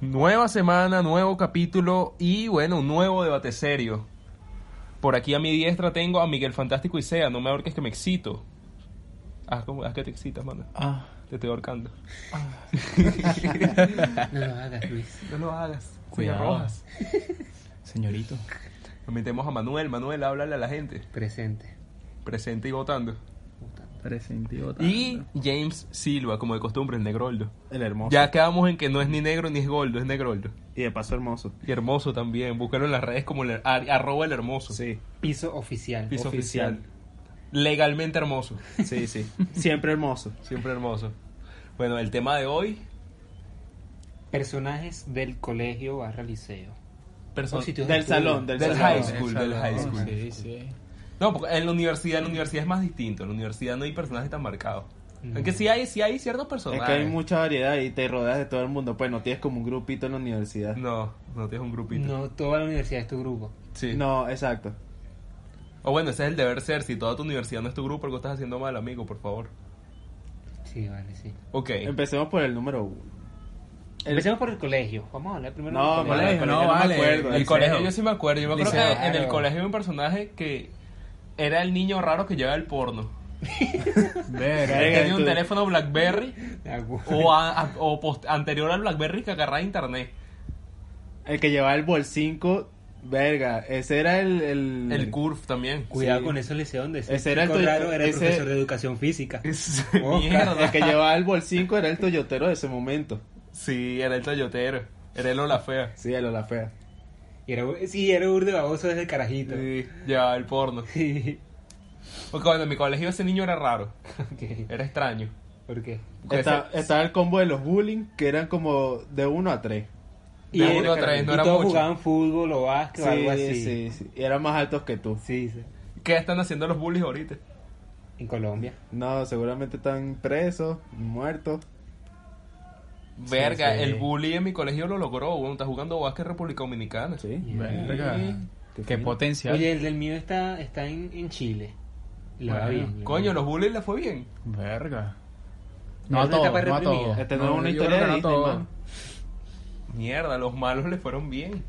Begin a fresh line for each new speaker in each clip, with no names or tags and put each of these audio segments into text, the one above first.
Nueva semana, nuevo capítulo y bueno, un nuevo debate serio. Por aquí a mi diestra tengo a Miguel Fantástico y Sea, no me ahorques que me excito. Haz, como, haz que te excitas, mano.
Ah,
Te estoy ahorcando.
No lo hagas, Luis.
No lo hagas.
Cuidado.
Cuidado. Rojas.
señorito.
Nos metemos a Manuel. Manuel, háblale a la gente.
Presente.
Presente y votando.
Presente
Y James Silva, como de costumbre, el negroldo.
El hermoso.
Ya quedamos en que no es ni negro ni es goldo, es negroldo.
Y de paso hermoso.
Y hermoso también. Búscalo en las redes como el, a- arroba el hermoso.
Sí,
Piso oficial.
Piso oficial.
Oficial.
Legalmente hermoso.
sí, sí. Siempre hermoso.
Siempre hermoso. Bueno, el tema de hoy.
Personajes del colegio barra liceo.
perso-
O sitios de
Del
estudio.
salón, del,
Del high
salón.
school, del high
Ah,
school.
Sí, sí.
No, porque en la universidad, en la universidad es más distinto. En la universidad no hay personajes tan marcados.
Mm.
Aunque sí hay, sí hay ciertos
Es
personajes.
que hay mucha variedad y te rodeas de todo el mundo. Pues no tienes como un grupito en la universidad.
No, no tienes un grupito.
No toda la universidad es tu grupo.
Sí.
No, exacto.
O bueno, ese es el deber ser. Si toda tu universidad no es tu grupo, algo estás haciendo mal, amigo, por favor.
Sí, vale, sí.
Ok.
Empecemos por el número uno. El-
Empecemos por el colegio. Vamos a hablar primero
No,
del
Colegio,
colegio.
vale. colegio
no,
no me
vale.
acuerdo.
En
El
el colegio yo sí me acuerdo. Yo me acuerdo
Liceo.
que en el
Claro.
colegio hay un personaje que era el niño raro que lleva el porno.
Verga.
Verga,
Tenía un
tú-
teléfono Blackberry
Ah, bueno.
Oh,
o, a- a- o post- anterior al Blackberry que agarraba internet.
El que llevaba el bolsinco, verga. Ese era el. El,
El Curve también.
Cuidado
ah, Sí.
con esos liceos donde ese,
Ese era el
chico
tuyo-
raro era el
ese-
profesor de educación física.
Es-
Oh,
el
mierda.
que llevaba el bolsinco era el toyotero de ese momento.
Sí, era el Toyotero. Era el Ola Fea.
Sí, el Ola Fea.
Y era, sí, era burde baboso desde carajito.
Sí, llevaba el porno. Porque cuando en mi colegio ese niño era raro.
ok.
Era extraño.
¿Por qué?
Porque
Está-
Pues ese-
Estaba el combo de los bullying, que eran como de uno a tres.
Y,
De
era-
uno a tres, no
y
era
todos
mucho.
jugaban fútbol o básquet o algo así.
sí, sí. Y eran más altos que tú.
Sí, sí.
¿Qué están haciendo los bullies ahorita?
En Colombia.
No, seguramente están presos, muertos.
Verga,
sí.
el bully en mi colegio lo logró. Bueno, está jugando básquet República Dominicana.
Sí.
Verga.
Qué
Qué
fino.
potencia.
Oye, el del mío está, está en, en Chile. Le va
Bueno,
bien.
Coño, los bullies les fue bien.
Verga. No a
Era una
todos,
etapa
no a
reprimida.
todos.
Este no es
yo
una historia
creo que
de
no a
Disney,
todos.
man.
Mierda, los malos les fueron bien.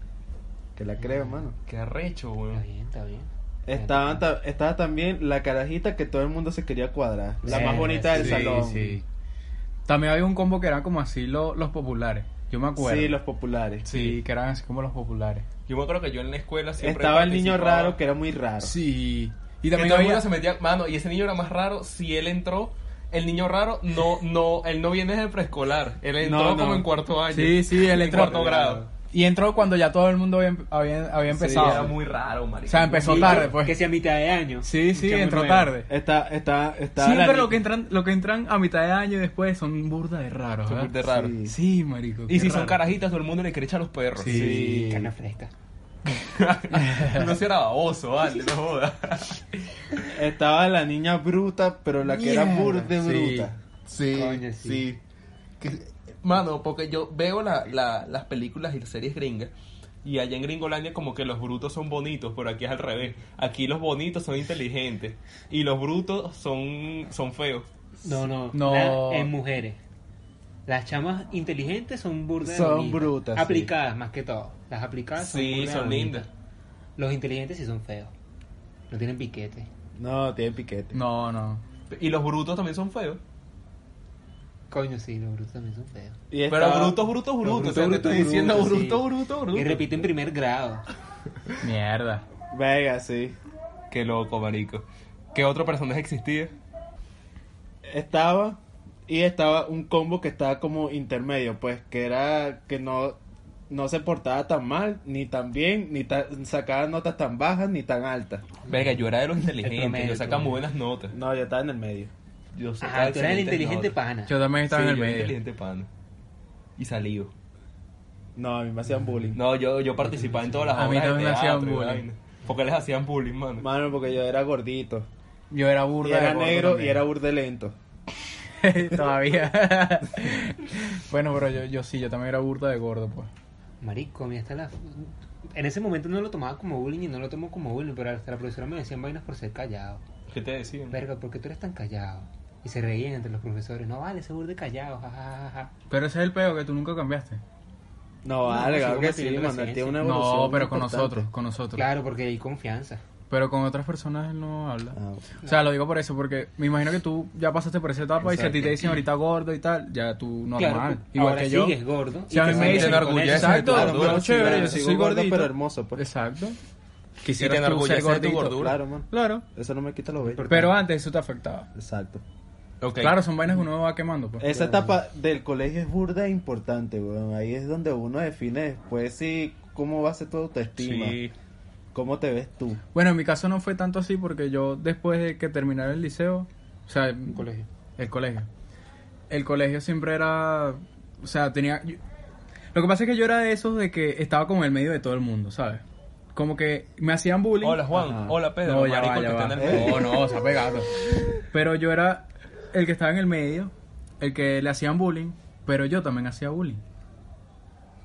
Que la creo, mano.
Qué arrecho, weón.
Está bien, está bien.
Estaban ta- estaba también la carajita que todo el mundo se quería cuadrar. La
Sí,
más bonita del
sí,
salón.
sí. También había un combo que eran como así lo- los populares. Yo me acuerdo.
Sí, los populares.
Sí, que eran así como los populares.
Yo me acuerdo que yo en la escuela siempre.
Estaba el niño
participaba.
raro que era muy raro.
Sí. Y
Que
también
todo el
había...
mundo se metía. Mano, y ese niño era más raro si él entró. El niño raro, no, no, él no viene desde preescolar. Él entró
No, no.
como en cuarto año.
Sí, sí, él
en
entró.
cuarto grado.
Y entró cuando ya todo el mundo había, había, había
Sí,
empezado.
era muy raro, marico.
O sea, empezó
Sí,
tarde,
que-
pues.
Que sea mitad de año.
Sí, sí,
Que muy
entró
nuevo.
tarde.
Está, está, está
Siempre
la
lo
ni-
que entran, lo que entran a mitad de año y después son burda de raros,
Son
¿verdad?
burda de raro.
Sí.
Sí, marico.
Y
qué
si son
raro.
carajitas, todo el mundo le quiere echar los perros.
Sí.
Sí.
Carne fresca.
no si era baboso, vale, no jodas.
Estaba la niña bruta, pero la que era
Mierda.
burde
Sí.
bruta.
Sí,
Coño, sí.
Que- mano, porque yo veo la- la- las películas y las series gringas. Y allá en Gringolandia como que los brutos son bonitos, pero aquí es al revés. Aquí los bonitos son inteligentes y los brutos son, son feos.
No, no.
No.
la- en mujeres. Las chamas inteligentes son burdas.
Son
bonitas.
brutas, sí.
Aplicadas, más que todo. Las aplicadas son
Sí,
burdas
son
bonitas.
lindas.
Los inteligentes sí son feos. No tienen piquete.
No, tiene piquete.
No, no.
Y los brutos también son feos.
Coño, sí, los brutos también son feos.
Y
Pero
estaba-
brutos, brutos,
Los
brutos.
brutos,
o sea, te
brutos,
estoy diciendo
brutos,
bruto,
sí.
bruto, bruto.
Y repiten primer grado.
Mierda.
Verga, sí.
Qué loco, marico. ¿Qué otro personaje existía?
Estaba y estaba un combo que estaba como intermedio, pues que era que no no se portaba tan mal, ni tan bien, ni ta- sacaba notas tan bajas ni tan altas.
Verga, yo era de los
El
inteligentes.
promedio,
Yo
el
sacaba muy
promedio.
buenas notas.
No, yo estaba en el medio.
Yo sacaba
Ajá, tú eres el
excelentes
inteligente
notas.
pana.
Yo también estaba
Sí,
en el
yo era
medio.
inteligente pana. Y salido.
No, a mí me hacían bullying.
No, yo, yo participaba en todas las
A mí
obras de
también me hacían
teatro y
bullying.
vaina. Porque les hacían bullying, mano.
Mano, porque yo era gordito.
Yo era
Y
burda. de
era
gordo
negro y
también.
era burde lento.
Todavía. bueno, pero yo, yo sí, yo también era burda de gordo, pues.
Marico, a mí hasta la... En ese momento no lo tomaba como bullying y no lo tomo como bullying, pero hasta la profesora me decían vainas por ser callado.
¿Qué te decían?
Verga, ¿por qué tú eres tan callado? Y se reían entre los profesores. No vale, seguro de callado, jajajaja.
Pero ese es el peo que tú nunca cambiaste.
No, vale,
sí,
claro
como
que
tiene
sí, Manuel
presencia.
tiene una evolución.
No, pero con
importante.
nosotros, con nosotros.
Claro, porque hay confianza.
Pero con otras personas él no habla.
Ah,
O sea, lo digo por eso, porque me imagino que tú ya pasaste por esa etapa y si a ti
Exacto.
te dicen ahorita gordo y tal, ya tú normal.
Claro,
Igual
ahora
que yo.
sigues gordo.
Si a mí
te
me
sientes
dicen,
te
con
enorgullece
eso.
de tu
exacto,
gordura.
pero
Claro,
chévere,
yo
yo
sigo
soy
gordo,
gordito.
pero hermoso, pues.
Exacto.
Y te
Quisieras tú ser
enorgullece de tu
gordito.
gordura.
Claro, man.
Claro.
Eso no me quita lo bello.
Pero antes eso te afectaba.
Exacto.
Ok.
Claro, son vainas que uno va quemando. Pues.
Esa etapa del colegio es burda e importante, weón. Ahí es donde uno define después si cómo va a ser tu autoestima,
Sí.
cómo te ves tú.
Bueno, en mi caso no fue tanto así porque yo después de que terminara el liceo, o sea, el
colegio.
El colegio. El colegio siempre era, o sea, tenía... yo- lo que pasa es que yo era de esos de que estaba como en el medio de todo el mundo, ¿sabes? Como que me hacían bullying.
Hola Juan,
Ajá.
hola Pedro,
no, ya
marico,
va, ya
te
va.
están en el medio.
No, no, se ha pegado. Pero yo era el que estaba en el medio, el que le hacían bullying, pero yo también hacía bullying.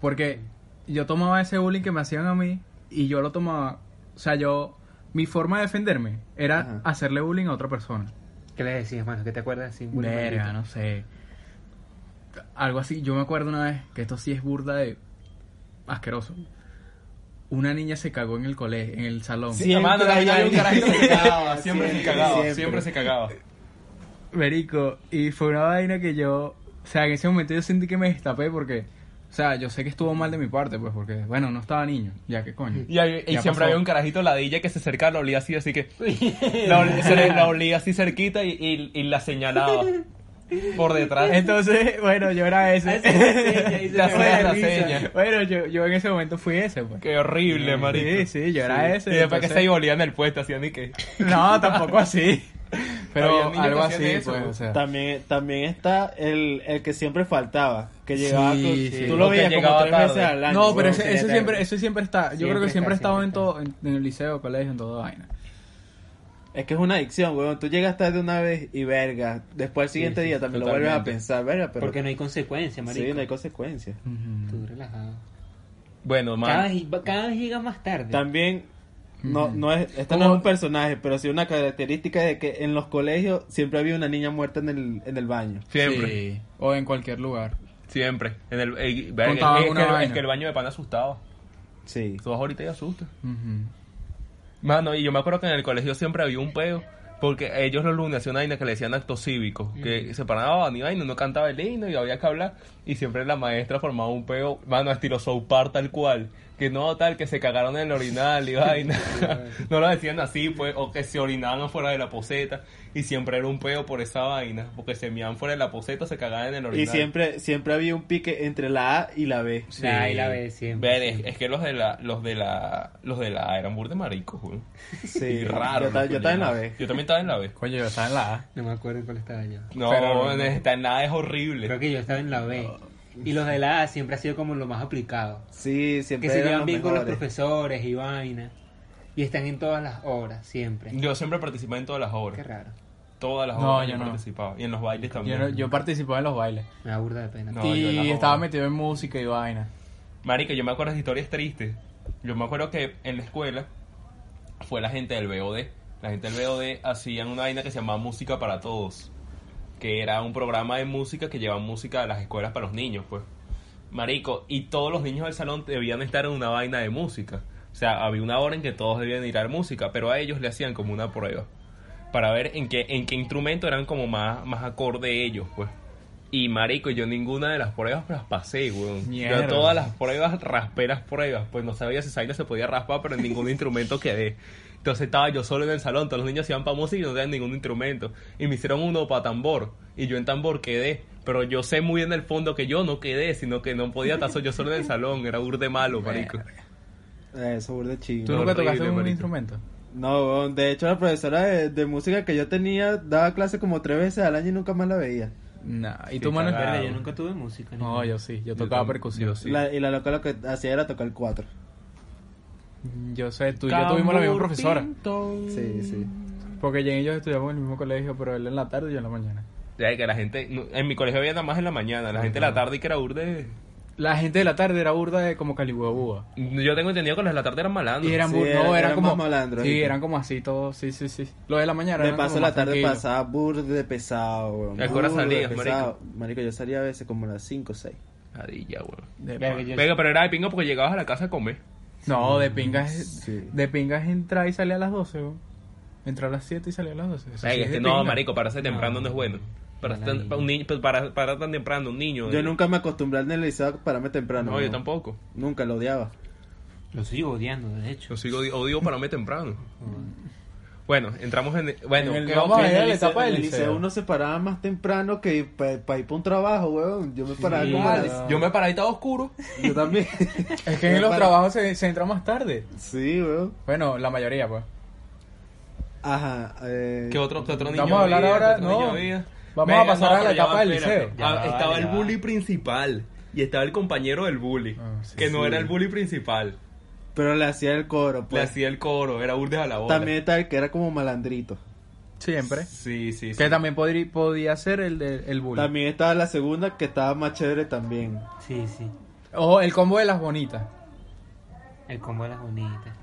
Porque yo tomaba ese bullying que me hacían a mí y yo lo tomaba, o sea, yo mi forma de defenderme era
Ajá.
hacerle bullying a otra persona.
¿Qué le decías, mano? ¿Qué te acuerdas? Sin bullying,
Verga,
maldito?
no sé. Algo así, yo me acuerdo una vez que esto sí es burda de asqueroso. Una niña se cagó en el colegio, en el salón.
Sí. Siempre
Mano, la
hay
niña había un
alguien
carajito
que
que se
se
cagaba,
caga,
siempre se
siempre,
cagaba,
siempre.
siempre se cagaba.
Verico, y fue una vaina que yo, o sea, en ese momento yo sentí que me destapé porque, o sea, yo sé que estuvo mal de mi parte, pues, porque, bueno, no estaba niño, ya que coño.
Y, hay- y
Ya
siempre
pasó.
había un carajito ladilla que se acercaba, la olía así, así que. La, ol- se le- la olía así cerquita y, y- y la señalaba por detrás.
Entonces, bueno, yo era ese.
Te hacía la seña.
Bueno, yo, yo en ese momento fui ese, pues.
Qué horrible, marico.
Sí, sí, yo era ese.
Y después que
entonces-
se iba olían el puesto, hacían y que.
No, tampoco así.
Había
Pero
niños que
algo
hacían
así,
eso,
pues,
¿no?
o sea.
También, también está el, el que siempre faltaba, que llegaba
Sí,
con-
sí.
tú lo
O que
veías como
llegaba
tres
tarde.
veces al año.
No, pero
weón,
ese,
que
eso
era-
siempre, eso siempre está. Yo creo
Siempre
que
está,
siempre ha estado en
siempre
todo, en, en el liceo, colegio, en toda vaina.
Es que es una adicción, weón. Tú llegas tarde una vez y verga. Después al siguiente
sí,
día también lo vuelves a
totalmente.
pensar, verga, pero
Porque no hay consecuencia, marico.
sí, no hay consecuencias.
Tú relajado.
Bueno,
Cada
man.
vez, cada vez llega más tarde.
También no,
Ujú.
no es, esta no es un personaje, pero sí una característica de que en los colegios siempre había una niña muerta en el, en el baño.
Siempre,
Sí, O en cualquier lugar.
siempre. En el, eh, verga,
Contaban
es, que,
una
el- es
vaina.
que el baño de pan asustaba.
Sí.
Tú vas ahorita y asustas.
Ujú.
Mano, y yo me acuerdo que en el colegio siempre había un peo. Porque ellos los lunes hacían una vaina que le decían actos cívicos. Que se paraban y vaina, uno cantaba el himno y había que hablar. Y siempre la maestra formaba un peo, mano, estilo South Park tal cual. Que no, tal, que se cagaron en el orinal y vaina. no lo decían así, pues. O que se orinaban fuera de la poseta. Y siempre era un peo por esa vaina. Porque se meaban fuera de la poseta, se cagaban en el orinal.
Y siempre, siempre había un pique entre la A y la B.
Sí. Nah, y la ve siempre.
Ver, es, es que los de la, los de la, los de la A eran burde maricos, güey.
Sí,
Y raro.
Yo, ta- yo estaba en la B.
Yo también estaba en la B.
Coño, yo estaba en la A.
No me acuerdo cuál estaba yo.
No,
Pero-
está en nada es horrible.
Creo que yo estaba en la B. Y los de la A siempre ha sido como lo más aplicado.
Sí, siempre
Que se
eran
llevan
los
bien con los
mejores.
profesores y vaina. Y están en todas las obras, siempre.
Yo siempre participaba en todas las
Qué
obras.
raro.
Todas las
No,
obras
yo no.
participaba. Y en los bailes
Yo,
también.
no- yo participaba en los bailes.
Me da burda de pena.
No, yo en
y
las
estaba
obras.
metido en música y vaina.
Marica, yo me acuerdo de historias tristes. Yo me acuerdo que en la escuela fue la gente del BOD. La gente del BOD hacían una vaina que se llamaba Música para Todos. Que era un programa de música que llevaba música a las escuelas para los niños, pues. Marico, y todos los niños del salón debían estar en una vaina de música. O sea, había una hora en que todos debían ir a música, pero a ellos le hacían como una prueba. Para ver en qué, en qué instrumento eran como más, más acorde ellos, pues. Y marico, yo ninguna de las pruebas las pasé, weón. Yo
Mierda.
todas las pruebas raspé las pruebas. Pues no sabía si esa vaina se podía raspar, pero en ningún instrumento quedé. Entonces estaba yo solo en el salón, todos los niños iban para música y no tenían ningún instrumento. Y me hicieron uno para tambor. Y yo en tambor quedé. Pero yo sé muy en el fondo que yo no quedé, sino que no podía estar yo solo en el salón. Era burde malo, marico.
Eh, Eso burda chido.
¿Tú
Horrible,
nunca tocaste un
marico.
instrumento?
No, weón, de hecho la profesora de, de música que yo tenía daba clase como tres veces al año y nunca más la veía.
No. ¿Y
Sí,
tú, mano?
cagado.
Verga, yo nunca tuve música. ni
No,
nada.
yo sí. Yo tocaba
tam-
percusión.
yo
Yo,
sí.
La- y la loca lo que hacía era tocar cuatro.
sé, tú y yo tuvimos la misma profesora.
Sí, sí.
Porque Jen y yo estudiamos en el mismo colegio, pero él en la tarde y yo en la mañana.
Ya que la gente. no, En mi colegio había nada más en la mañana. La gente de la tarde y que era burde.
La gente de la tarde era burda de como calibúa
Yo tengo entendido que los de la tarde eran malandros.
Y eran,
Sí,
bur- no,
era-
eran,
eran
como
más malandros,
Sí,
¿viste?
eran como así todos, sí, sí, sí. Lo de la mañana
De
eran
paso
como
la
más
tarde
tranquilos.
pasaba burde pesado, weón.
¿A qué hora
Burde
salías,
pesado. Marico, yo salía a veces como a las 5 o 6.
Adilla, weón.
De
Verga,
pan.
yo-
Venga, pero era de pinga porque llegabas a la casa a comer.
No, de pingas es
sí.
de pingas entrar y salir a las 12, weón. Entrar a las 7 y salir a las 12. Eso sí
Venga,
es
este,
de
no,
pinga.
marico, pararse temprano no, es bueno. Para,
Mala
tan-
idea.
para un niño- para, para tan temprano, un niño.
Yo
eh.
nunca me acostumbré al Nelizado para pararme temprano.
No, yo
weón.
tampoco.
Nunca lo odiaba.
Lo sigo odiando, de hecho.
Yo sigo odio, odio pararme temprano. Bueno, entramos en. Bueno,
En el-
¿qué-
vamos
qué-
a ver. Era la
liceo-
etapa del
el liceo
liceo.
uno se paraba más temprano que para ir para un trabajo, weón. Yo me paraba
Sí,
como a las-
vale.
Yo me paré y estaba oscuro.
Yo también.
Es que en los trabajos se, se entra más tarde.
Sí, weón.
Bueno, la mayoría, pues.
Ajá. eh,
¿Qué otro, qué otro niño
Vamos a hablar
había? ¿Qué
ahora-
otro
no.
niño había?
Vamos a pasar a la
pero ya
etapa
va,
del
espérate. Ya
liceo.
Ya
va,
va,
estaba
ya
el
va.
bully principal y estaba el compañero del bully,
Ah, sí,
que no
sí.
era el bully principal.
Pero le hacía el coro,
Le
pues.
hacía el coro, era Urdes a la bola.
También está el que era como malandrito.
Siempre.
Sí, sí, sí.
Que también podri- podía ser el, de- el bullying.
También estaba la segunda que estaba más chévere también.
Sí, sí.
O el combo de las bonitas.
El combo de las bonitas.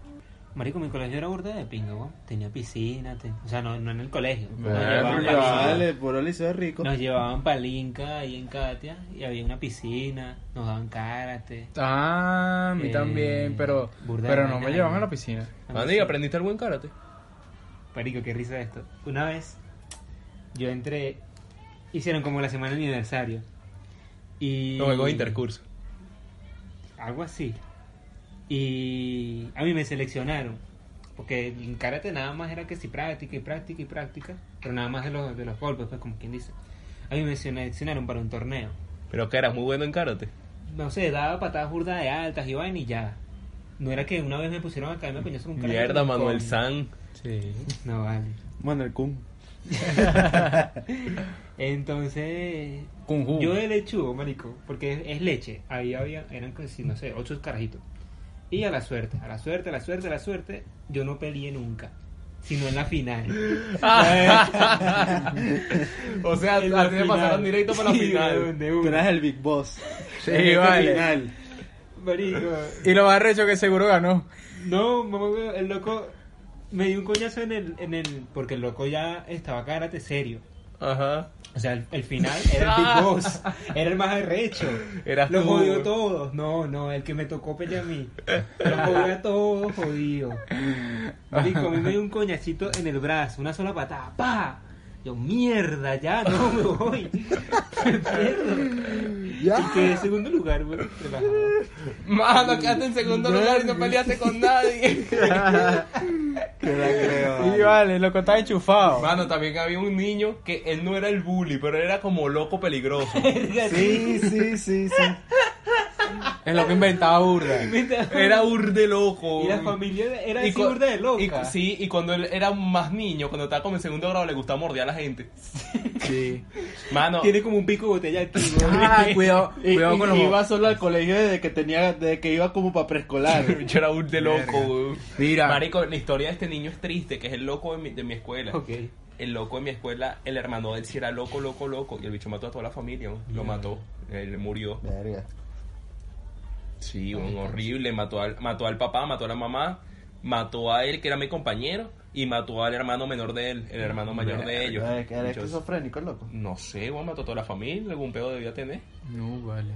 Marico, mi colegio era burda de pingo, weón. Tenía piscina, te- o sea, no, no en el colegio. Nos
Verga,
llevaban,
Vale,
palinca,
vale, puro liceo rico.
nos llevaban palinca ahí en Katia y había una piscina, nos daban karate.
Ah, a mí
Eh,
también, pero,
burda
pero
de
no me
vaina,
llevan a
¿no?
la piscina.
Mano, ¿y aprendiste el buen karate?
Marico, qué risa esto. Una vez yo entré, hicieron como la semana de aniversario. Y...
No, juego de intercurso.
algo así. Y a mí me seleccionaron, porque en karate nada más era que si práctica y práctica y práctica, pero nada más de los, de los golpes, pues como quien dice. A mí me seleccionaron para un torneo.
Pero que eras muy bueno en karate.
No sé, daba patadas burdas de altas y vaina y ya. No era que una vez me pusieron a caerme a coñazo con un karate.
Mierda,
con-
Manuel San.
Sí.
No vale.
Manuel Kun.
Entonces,
Kung
Uh.
Fu.
Yo de lechugo, marico, porque es, es leche. Ahí había, eran, que si no sé, ocho carajitos. Y a la suerte, a la suerte, a la suerte, a la suerte, yo no peleé nunca. Sino en la final.
O sea,
En
a ti te
final.
pasaron directo para la
Sí,
final.
weón, de
Tú
una.
eras el Big Boss.
Sí,
El jefe
vale.
final.
Marico.
Y lo más recho que seguro ganó.
No, mamá, weón, el loco me dio un coñazo en el, en el. Porque el loco ya estaba karate serio.
Ajá.
O sea, el, el final era el Big Boss. Era el más arrecho.
Eras
Lo
tú,
jodió
weón.
todos. No, no, el que me tocó pelea a mí. Lo jodió a todos, jodido. Marico, a mí me dio un coñacito en el brazo, una sola patada. ¡Pa! Yo, mierda, ya, no me voy. Me pierdo. Y quedé en segundo lugar, güey. relajado.
Mano, quedaste en segundo lugar y no peleaste con nadie.
Te la creo, vale.
Y vale, loco está enchufado.
Mano, también había un niño que él no era el bully, pero era como loco peligroso.
Verga,
Sí, sí, sí, sí.
Es lo que inventaba burda.
Era urde loco.
Y la familia de- era así
cu-
burda de loca.
y cu- sí, y cuando él era más niño, cuando estaba como en segundo grado, le gustaba morder a la gente.
Sí.
Mano,
Tiene como un pico de botella aquí, güey.
Ah, cuidado,
Y,
cuidado
y-
con los
iba solo al colegio desde que tenía, desde que iba como para preescolar.
yo era urde loco, weón.
Mira.
Marico, la historia de este niño es triste, que es el loco de mi, de mi escuela.
Ok.
El loco de mi escuela, el hermano de él sí era loco, loco, loco. Y el bicho mató a toda la familia, weón. Lo mató. Él murió.
Verga.
Sí, un horrible. Mató al, mató al papá, mató a la mamá, mató a él, que era mi compañero, y mató al hermano menor de él, el hermano mayor de ellos.
Verga, Era
Yo-
esquizofrénico, loco.
no sé, weón, mató a toda la familia, algún pedo debía tener.
No, vale.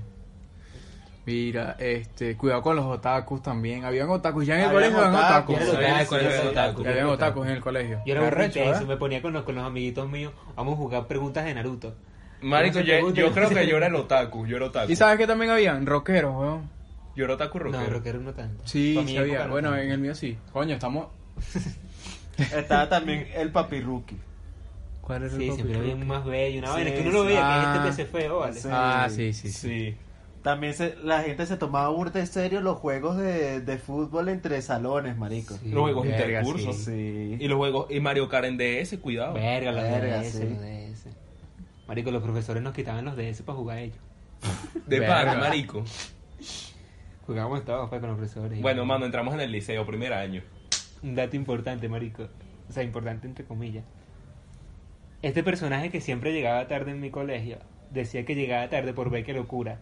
Mira, este, cuidado con los otakus también. Habían otakus, ya en el
Habían
colegio habían
otakus.
otakus.
Yo era
Ya
otaku, yo era otaku.
habían otakus en el colegio.
Yo era
Qué
muy
arrecho,
intenso,
¿verdad?
me ponía con los, con los amiguitos míos, vamos a jugar preguntas de Naruto.
Marico,
No se
yo,
pregunte.
yo creo que yo era el otaku, yo era otaku.
¿Y sabes que también habían? Rockeros, weón.
Yo era otaku rockero.
No, rockero no tanto.
Sí,
Pa' mi
sí
época
había.
no
Bueno,
tanto.
en el mío sí. Coño, estamos...
Estaba también el papi rookie.
¿Cuál era
Sí, siempre había un más bello, una vaina,
Sí,
que uno lo
sí.
veía,
Ah.
que este PC feo, vale.
Sí.
Ah, sí, sí, sí.
Sí.
También se- la gente se tomaba burda en serio los juegos de, de fútbol entre salones, marico.
Sí.
Los juegos
Verga,
intercursos.
Sí.
Y los juegos, y Mario Kart en DS, cuidado.
Verga, los
Verga,
DS,
sí.
los DS. Marico, los profesores nos quitaban los DS para jugar a ellos.
De
Verga.
pan, marico.
Jugábamos todos pues, con los profesores.
Bueno, mano, entramos en el liceo, primer año.
Un dato importante, marico. O sea, importante entre comillas. Este personaje que siempre llegaba tarde en mi colegio, decía que llegaba tarde por ver qué locura.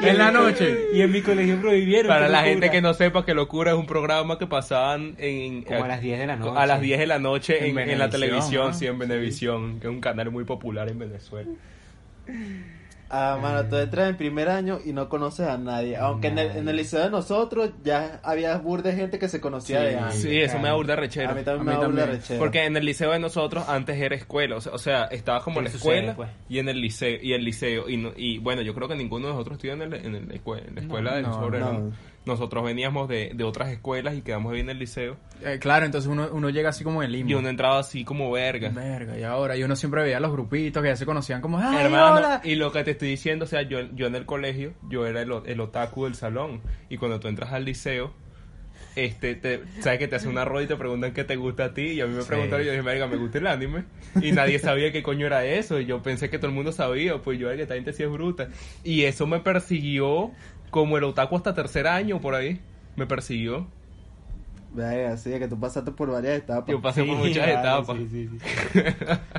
En la noche.
Y en mi colegio prohibieron
Para
Qué
la
Locura.
gente que no sepa que Locura es un programa que pasaban en...
Como a las 10 de la noche.
A las 10 de la noche
En
en, en la
Venevisión,
televisión,
¿no?
sí, en Venevisión, que es un canal muy popular en Venezuela.
Ah, mano,
Eh.
tú entras en primer año y no conoces a nadie. Aunque en el, en el liceo de nosotros ya había burda de gente que se conocía
Sí,
de antes.
Sí, eso me da burda
A
rechero.
mí también
A
me
mí
da burda
también.
rechera.
Porque en el liceo de nosotros antes era escuela, o sea, o sea estaba como en la
Sí, sucede,
escuela
pues.
y en el liceo y el liceo y, no- y bueno, yo creo que ninguno de nosotros estudió en, el- en el escue- en la escuela de
no,
los obreros.
no.
Nosotros veníamos de, de otras escuelas y quedamos ahí en el liceo
Eh, claro, entonces uno, uno llega así como en limbo.
y uno entraba así como verga.
Verga, y ahora, y uno siempre veía los grupitos que ya se conocían como, ¡ay,
Hermano,
hola!
y lo que te estoy diciendo, o sea, yo, yo en el colegio, yo era el, o- el otaku del salón. Y cuando tú entras al liceo, este, te, sabes que te hacen una rueda y te preguntan qué te gusta a ti. Y a mí me
Sí.
preguntaron, y yo dije, verga, me gusta el anime. Y nadie sabía qué coño era eso. Y yo pensé que todo el mundo sabía, pues yo, que esta gente sí es bruta. Y eso me persiguió como el otaku hasta tercer año, por ahí. Me persiguió.
Verga, sí, que tú pasaste por varias etapas.
Yo pasé por muchas
claro,
etapas.
sí, sí, sí.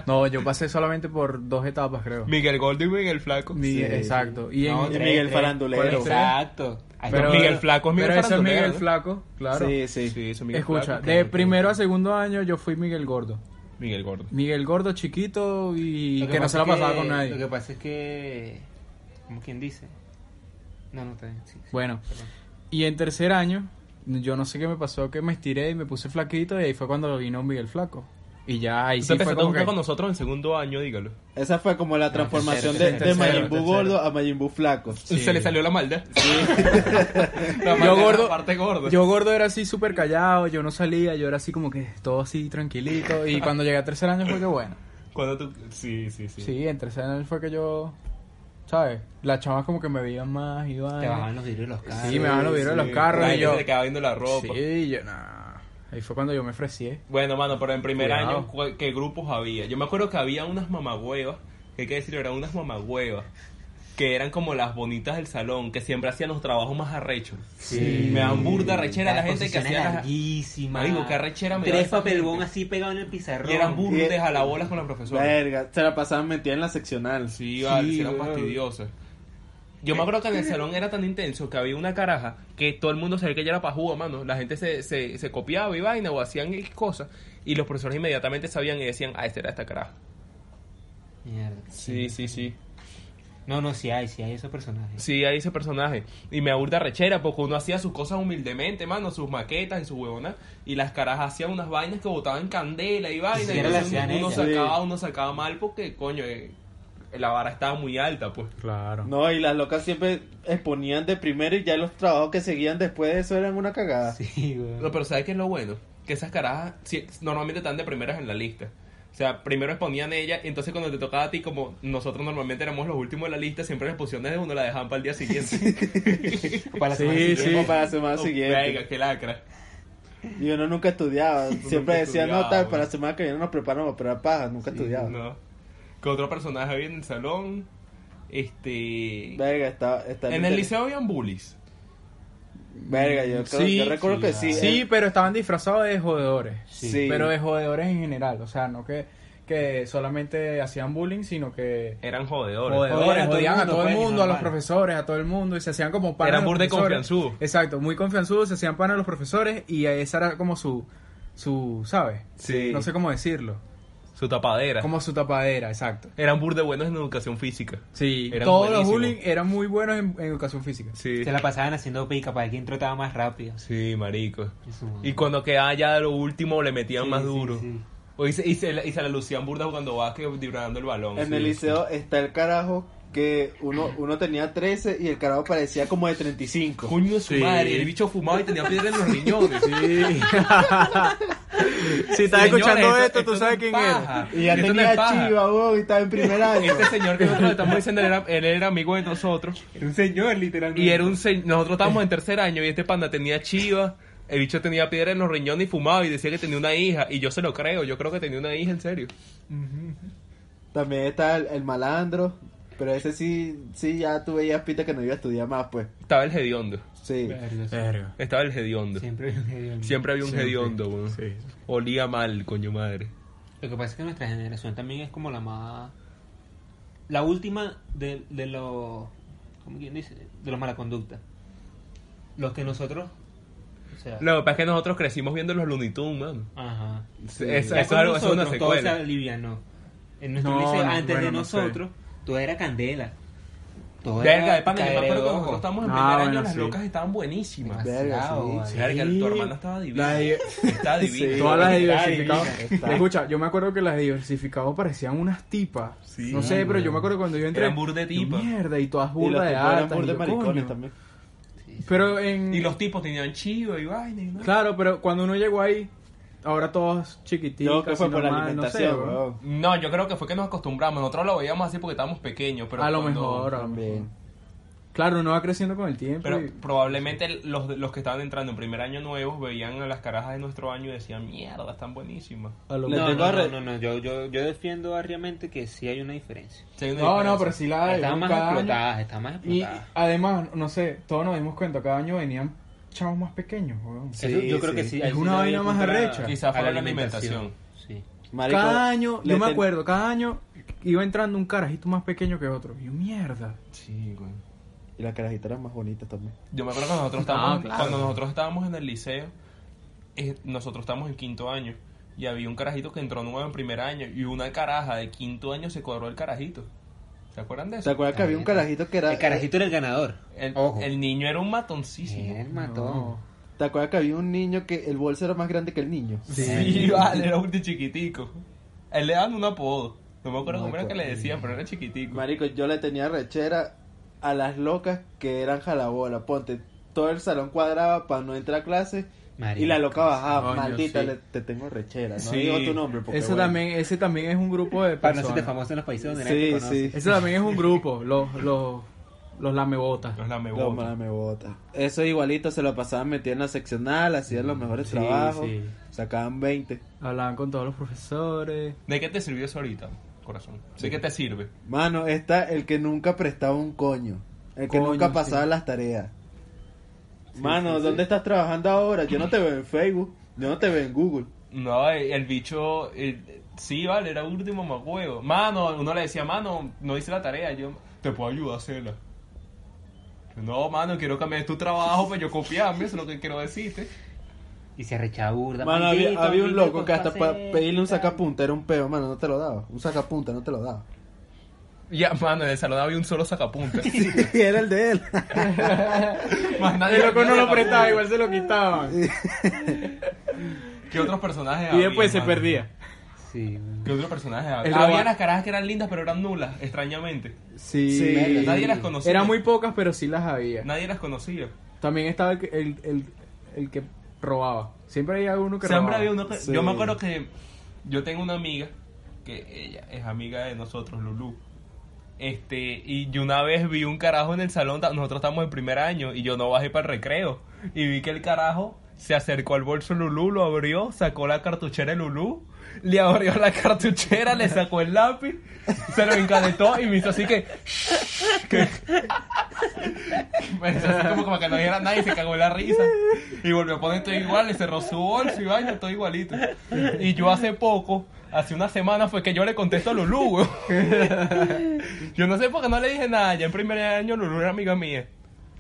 No, yo pasé solamente por dos etapas, creo.
Miguel Goldwyn, el flaco.
Ni-
Sí.
Exacto. Y
No,
en,
Y
tres,
Miguel
tres.
Farandulero.
Exacto. Ahí
Pero-
está.
Miguel Flaco es Miguel
pero ese es
Farandulero,
Miguel
¿no?
Flaco, claro.
Sí, sí.
Sí, eso, Miguel
Escucha,
Flaco.
de primero a segundo año yo fui Miguel Gordo.
Miguel Gordo.
Miguel Gordo chiquito y
Lo
que, no
pasa
se la
es que-
pasaba con
Lo
nadie.
que pasa es que. Como quien dice. No, no está bien. sí, sí,
Bueno,
perdón.
y en tercer año, yo no sé qué me pasó, que me estiré y me puse flaquito y ahí fue cuando vino Miguel Flaco. Y ya ahí
Tú
sí
te
fue
empezaste a
como
juntar
que...
con nosotros en segundo año, dígalo.
Esa fue como la transformación
tercero,
de, de
tercero,
Majin Buu
tercero.
gordo a Majin Buu flaco.
Se le salió la maldad. La maldad,
Yo gordo,
la parte gorda.
yo gordo era así súper callado, yo no salía, yo era así como que todo así tranquilito. Y cuando llegué a tercer año fue que bueno.
Cuando tú... Sí, sí, sí.
Sí, en tercer año fue que yo, ¿sabes? Las chavas como que me veían más, iban.
Te bajaban los vidrios de los carros.
Sí, me bajaban los
Sí,
vidrios de
sí.
los carros
La
y
gente
yo.
se le quedaba viendo la ropa.
Sí, yo nah. Ahí fue cuando yo me ofrecí.
Bueno, mano, pero en primer
Cuidado.
año, ¿cu- ¿qué grupos había? Yo me acuerdo que había unas mamagüevas, que hay que decirlo, eran unas mamagüevas, que eran como las bonitas del salón, que siempre hacían los trabajos más arrechos.
Sí.
Me dan burda rechera la
Las
gente que
posiciones
hacía las-
larguísimas.
Marico, qué arrechera me da
Tres
esa
papelbón
gente.
así pegado en el pizarrón.
Y eran burdes
eh,
Y-
a la bolas con la profesora.
Verga, se la pasaban metida en la seccional.
Sí, eh. vale,
Sí,
eran
weón.
fastidiosas. Yo me acuerdo que en el salón era tan intenso que había una caraja que todo el mundo sabía que ella era pajúa, mano. La gente se, se, se copiaba y vaina o hacían X cosas y los profesores inmediatamente sabían y decían, ah, esta era esta caraja.
Mierda.
Sí, sí, sí.
No, no, sí hay, sí hay esos personajes.
Sí, ahí ese personaje. Y me aburda rechera porque uno hacía sus cosas humildemente, mano, sus maquetas y sus huevonas. Y las carajas hacían unas vainas que botaban candela y vaina.
siquiera
y
la
entonces uno,
hacían
uno
ellas.
sacaba,
Sí.
uno sacaba mal porque, coño, eh, la vara estaba muy alta, pues.
Claro.
No, y las locas siempre exponían de primero y ya los trabajos que seguían después de eso eran una cagada.
Sí, güey.
No, pero ¿sabes qué es lo bueno? Que esas carajas sí, normalmente están de primeras en la lista. O sea, primero exponían ella, y entonces cuando te tocaba a ti, como nosotros normalmente éramos los últimos en la lista, siempre la expulsión desde uno la dejaban para el día siguiente.
Para la
Sí,
semana siguiente.
Como para la semana
Oh,
siguiente.
Venga, qué lacra.
Y uno nunca estudiaba. Siempre
nunca
decía,
estudiaba,
no, tal,
güey.
para la semana que viene nos preparamos, pero era paja, nunca estudiaba.
No. Que otro personaje había en el salón. Este.
Verga, estaba, estaba
En el liceo habían bullies.
Verga, yo, creo,
Sí,
yo recuerdo
sí,
que
ah.
sí.
Sí,
eh,
pero estaban disfrazados de jodedores.
sí.
sí.
Pero de jodedores en general. O sea, no que, que solamente hacían bullying, sino que.
Eran jodedores.
Jodedores,
Jodían a
jodían a
todo el mundo,
todo el
pues,
mundo, a los
normal.
profesores, a todo el mundo, y se hacían como panas.
Eran
a los
burda y
profesores.
confianzudos.
Exacto, muy confianzudos, se hacían panas a los profesores, y esa era como su, su ¿sabes?
Sí.
No sé cómo decirlo.
Su tapadera.
Como su tapadera, exacto.
Eran burde buenos en educación física.
Sí,
Eran
todos los
buenísimos.
bullying eran muy buenos en, en educación física.
Sí.
Se la pasaban haciendo pica para quien trotaba más rápido.
Sí, marico.
Eso,
Y cuando quedaba ya de lo último le metían
Sí,
más
sí,
duro.
sí.
O y, se, y, se, la- y se la lucían burda cuando vas que librando el balón.
En
sí.
el liceo está el carajo que uno, uno tenía 13 y el carajo parecía como de 35.
Coño de su
Sí.
madre, el bicho fumaba y tenía piedra en los riñones.
si estás
Señores,
escuchando
esto-
esto,
esto
tú
es
sabes quién
paja.
eres.
Y ya
Esto no
tenía
es paja.
chiva, weón, y estaba en primer año.
Este señor que nosotros estamos diciendo, él era, él era amigo de nosotros.
Era un señor, literalmente.
Y era un se- nosotros estábamos en tercer año y este panda tenía chivas, el bicho tenía piedra en los riñones y fumaba y decía que tenía una hija. Y yo se lo creo, yo creo que tenía una hija en serio.
También está el, el malandro. Pero ese sí, sí, ya tú veías pita que no iba a estudiar más, pues.
Estaba el hediondo.
Sí.
Verga, sí.
Verga.
Estaba el hediondo.
Siempre había un hediondo.
Siempre había un
Siempre.
hediondo, weón.
Sí.
Olía mal, coño madre.
Lo que pasa es que nuestra generación también es como la más. La última de, de los. ¿Cómo quien dice? De los mala conducta. Los que nosotros. O sea.
Lo que pasa es que nosotros crecimos viendo los Looney Tunes, mano.
Ajá.
Eso, eso
Ya
es
con
algo- eso es una
nosotros todo se
secuela.
alivianó. En nuestro
No,
liceo,
no,
antes
bueno,
de
no sé.
nosotros, todo era candela. Todo
Verga,
era
de pana, yo me acuerdo cuando
cagreloco.
nosotros estábamos en
No,
primer año,
Ah, bueno,
las
sí.
locas estaban buenísimas.
Verga,
Demasiado,
sí.
Verga,
sí.
tu hermana estaba divina.
La-
Estaba divina.
Sí.
Todas las de
Está
diversificado.
divina,
está.
Escucha, yo me acuerdo que las de diversificado parecían unas tipas.
Sí.
no sé, pero yo me acuerdo cuando yo entré.
Eran burda de
yo,
tipas.
Mierda, y todas
Y los
burda de
tipos eran
altas.
burda
y
de
yo,
maricones
coño.
también.
Pero en.
Y los tipos tenían chivo y vaina. y no.
Claro, pero cuando uno llegó ahí, ahora todos chiquititos.
Yo creo que fue por la alimentación,
no sé, bro.
weón.
No, yo creo que fue que nos acostumbramos. Nosotros lo veíamos así porque estábamos pequeños. Pero
a lo
cuando-
mejor, a lo mejor.
También.
Claro, uno va creciendo con el tiempo.
Pero
y-
probablemente los, los que estaban entrando en primer año nuevos veían a las carajas de nuestro año y decían, mierda, están buenísimas.
a lo
Le
No,
mejor.
tengo
no,
a
no,
re-
no, no, yo, yo, yo defiendo arriamente que sí hay una diferencia.
Sí, hay una
No, no,
diferencia.
pero sí la hay. ¿no?
Estaban más
Cada año-
explotadas, estaban más
Y
explotadas.
además, no sé, todos nos dimos cuenta, cada año venían chavos más pequeños, weón.
Sí,
Eso yo creo
sí.
que sí.
Es
ahí sí
una
le doy
vaina
el
más
punto a la-
arrecha.
Quizá fue
a
la alimentación.
Sí.
Marico,
cada año,
le
yo me
ten-
acuerdo, cada año iba entrando un carajito más pequeño que otro. Y yo, mierda.
Sí, güey.
Y las carajitas eran más bonitas también.
Yo me acuerdo que nosotros estábamos,
No, claro.
cuando nosotros estábamos en el liceo, eh, nosotros estábamos en quinto año y había un carajito que entró nuevo en primer año y una caraja de quinto año se cuadró el carajito. ¿Se acuerdan de
¿Se
eso?
acuerdan que había un carajito que era...
El carajito era el ganador.
El,
Ojo.
el niño era un matoncísimo.
Era el matón.
No.
¿Te acuerdas que había un niño que el bolso era más grande que el niño?
Sí, vale, era un chiquitico. A Él le daban un apodo. No me acuerdo
No
cómo era que
acuerdo.
le decían, pero era chiquitico.
Marico, yo le tenía rechera a las locas que eran jalabola. Ponte, todo el salón cuadraba para no entrar a clase.
Marico,
y la loca bajaba,
coño,
maldita,
sí.
le- te tengo rechera. No
Sí.
digo tu nombre porque
Eso
bueno.
también, ese también es un grupo de
Para no ser
personas.
famoso en los países donde nadie
Sí,
te conoce.
sí.
Ese también es un grupo, los, los, los lamebotas.
Los
No,
lamebotas.
mala me bota. Eso igualito se lo pasaban metiendo en la seccional, hacían los mejores
Sí,
trabajos,
sí.
sacaban 20.
Hablaban con todos los profesores.
¿De qué te sirvió eso ahorita, corazón? ¿De qué te sirve?
Mano, está el que nunca prestaba un coño, el que
Coño,
nunca pasaba
sí.
las tareas. Mano, ¿dónde estás trabajando ahora? Yo no te veo en Facebook, yo no te veo en Google.
No, el el bicho, el- sí, vale, era último macuevo. Mano, uno le decía, mano, no hice la tarea, yo te puedo ayudar a hacerla. No, mano, quiero cambiar tu trabajo, pero yo copiarme, eso es lo que quiero decirte.
Y se arrechaba burda.
Mano, había,
Maldito,
había un
maldito,
loco que hasta
pues,
para
pase,
pedirle un
tal.
sacapunta era un peo, mano, no te lo daba. Un sacapunta no te lo daba.
Ya, mano, en el salón había un solo sacapunta.
Y era el de él.
Más nadie
El loco
había
no lo
sacapunta.
prestaba, igual se lo quitaban.
¿Qué otros personajes
Y
había,
después se
mano?
perdía.
Sí.
¿Qué otros personajes
El
había? Había
roba-
las carajas que eran lindas, pero eran nulas, extrañamente.
Sí.
Sí.
Nadie las conocía.
Eran muy pocas, pero sí las había.
Nadie las conocía.
También estaba el, que- el, el- el que robaba. Siempre había uno que
Siempre
robaba.
había uno que-
Sí.
Yo me acuerdo que yo tengo una amiga, que ella es amiga de nosotros, Lulu. Este, y yo una vez vi un carajo en el salón, ta- nosotros estamos en primer año, y yo no bajé para el recreo. Y vi que el carajo se acercó al bolso de Lulú, lo abrió, sacó la cartuchera de Lulú, le abrió la cartuchera, le sacó el lápiz, se lo encadetó y me hizo así que. que- me hizo así como, como que no dijera nada y se cagó en la risa. Y volvió a poner todo igual, le cerró su bolso y vaina, todo igualito. Y yo hace poco, hace una semana, fue que yo le contesto a Lulú, güey. Yo no sé por qué no le dije nada. Ya en primer año Lulú era amiga mía.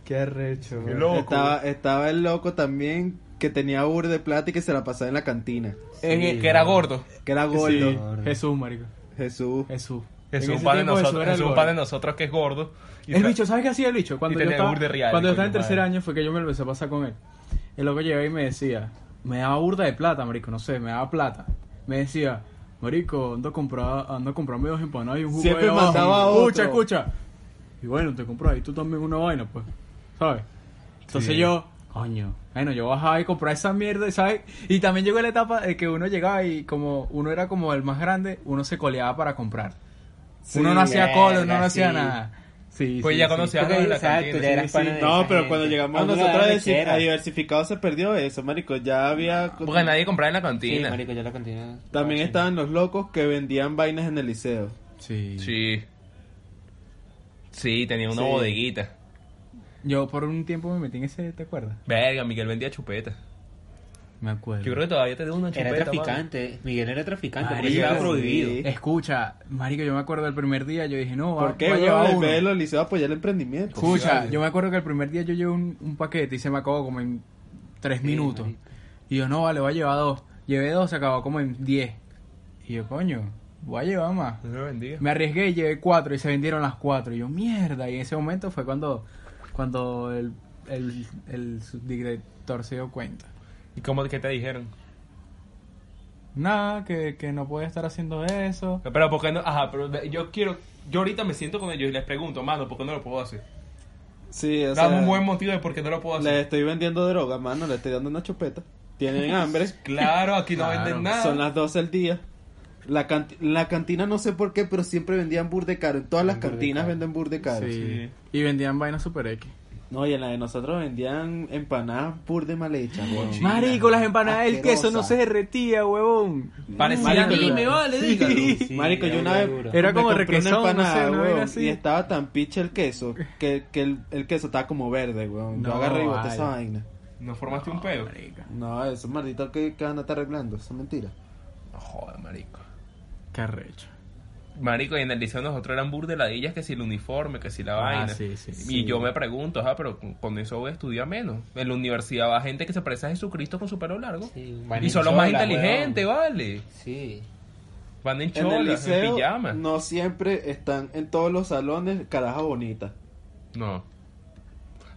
Qué arrecho.
Qué
güey.
loco.
Estaba, estaba el loco también que tenía burda de plata y que se la pasaba en la cantina.
En- e,
Sí,
que era
güey.
gordo.
Que era gordo.
Sí. Jesús, marico.
Jesús.
Jesús.
Es
En
un
ese
pan de
tiempo Jesús
nosotros,
era
es
el
un
gordo.
pan de nosotros que es gordo. Y
El
tra-
bicho, ¿sabes qué hacía el bicho? Cuando yo
tenía
estaba,
burda de real,
cuando yo
coño,
estaba en tercer
madre.
año fue que yo me lo empecé a pasar con él. El loco llegaba y me decía, me daba burda de plata, marico, no sé, me daba plata. Me decía, marico, ando a comprar, ando a comprarme dos empanadas y un jugo
Siempre
de abajo.
mandaba a
Escucha,
otro.
escucha. Y bueno, te compras ahí tú también una vaina, pues, ¿sabes? Entonces
Sí.
yo, coño, bueno, yo bajaba y compraba esa mierda, ¿sabes? Y también llegó la etapa de que uno llegaba y como uno era como el más grande, uno se coleaba para comprar.
Sí.
uno no hacía cola, uno
verga,
no hacía
sí.
nada. Sí,
Pues
sí,
ya
sí.
conocía
Porque,
a la
exacto,
cantina.
ya eras
sí,
pana
sí.
de
No,
esa
pero
gente.
cuando llegamos
Cuando
nosotros a,
la
decir-
rechera.
a diversificado se perdió eso, marico. Ya había...
Porque nadie compraba en la
Sí,
cantina.
marico, yo la continué.
También
Ah, Sí.
estaban los locos que vendían vainas en el liceo.
Sí.
Sí. Sí, tenía una
Sí.
bodeguita.
Yo por un tiempo me metí en ese, ¿te acuerdas?
Verga, Miguel vendía chupetas.
Me acuerdo.
Yo creo que todavía te debo una chupeta.
Era
mano.
traficante. Miguel era traficante.
Marico,
porque estaba
sí.
prohibido.
Sí.
Escucha, marico, yo me acuerdo del primer día, yo dije, no, Oh, va-
¿Por qué,
va a llevar
bro? En
uno.
vez de los liceos apoyar el emprendimiento.
Escucha, yo me acuerdo que el primer día yo llevé un, un paquete y se me acabó como en tres
Sí,
minutos.
marico.
Y yo, no, vale, voy a llevar dos. Llevé dos, se acabó como en diez. Y yo, coño, voy a llevar más.
Dios lo bendiga.
Me arriesgué y llevé cuatro y se vendieron las cuatro. Y yo, mierda. Y en ese momento fue cuando, cuando el, el, el subdirector se dio cuenta.
¿Y cómo que te dijeron?
Nada, que, que no podía estar haciendo eso.
Pero ¿por qué no? Ajá, pero ve- yo quiero... Yo ahorita me siento con ellos y les pregunto, mano, ¿por qué no lo puedo hacer?
Sí, o
Dame
sea,
un buen motivo de por qué no lo puedo
le
hacer.
estoy vendiendo droga, mano, le estoy dando una chupeta. Tienen hambre,
Claro, aquí no
Claro.
venden nada.
son las 12 del día. La, canti- la cantina no sé por qué, pero siempre vendían burde caro. En todas las
Burde
cantinas
caro.
venden burde caro.
Sí.
sí.
Y vendían vainas super X.
No, y en la de nosotros vendían empanadas burde mal hechas, weón.
Sí.
Marico, las empanadas del
Asquerosa.
queso no se derretía, huevón.
Mm. Parecía
Marico,
anime,
yo-
vale,
Sí.
dígalo.
Sí,
Marico, yo
duro,
una vez
duro.
Era
me
como
compré una
requesón, no sé,
empanada,
una vaina
weón,
así.
y estaba tan piche el queso que, que el, el queso estaba como verde, weón.
No,
yo agarré y boté
vale.
esa vaina.
¿No formaste un pedo?
Marica.
No, eso es maldito que cada uno está arreglando, eso es mentira.
No joda, marico.
Qué arrecho.
Marico, y en el liceo nosotros eran burdeladillas que si el uniforme, que si la
Ah,
vaina.
sí, sí,
y
sí.
yo me pregunto, ajá, pero con- con eso voy a estudiar menos. En la universidad va gente que se parece a Jesucristo con su pelo largo.
Sí,
y son los más inteligentes, vale.
Sí.
Van en
En el
cholas, en,
liceo
pijama. No.
no siempre están en todos los salones carajas bonitas.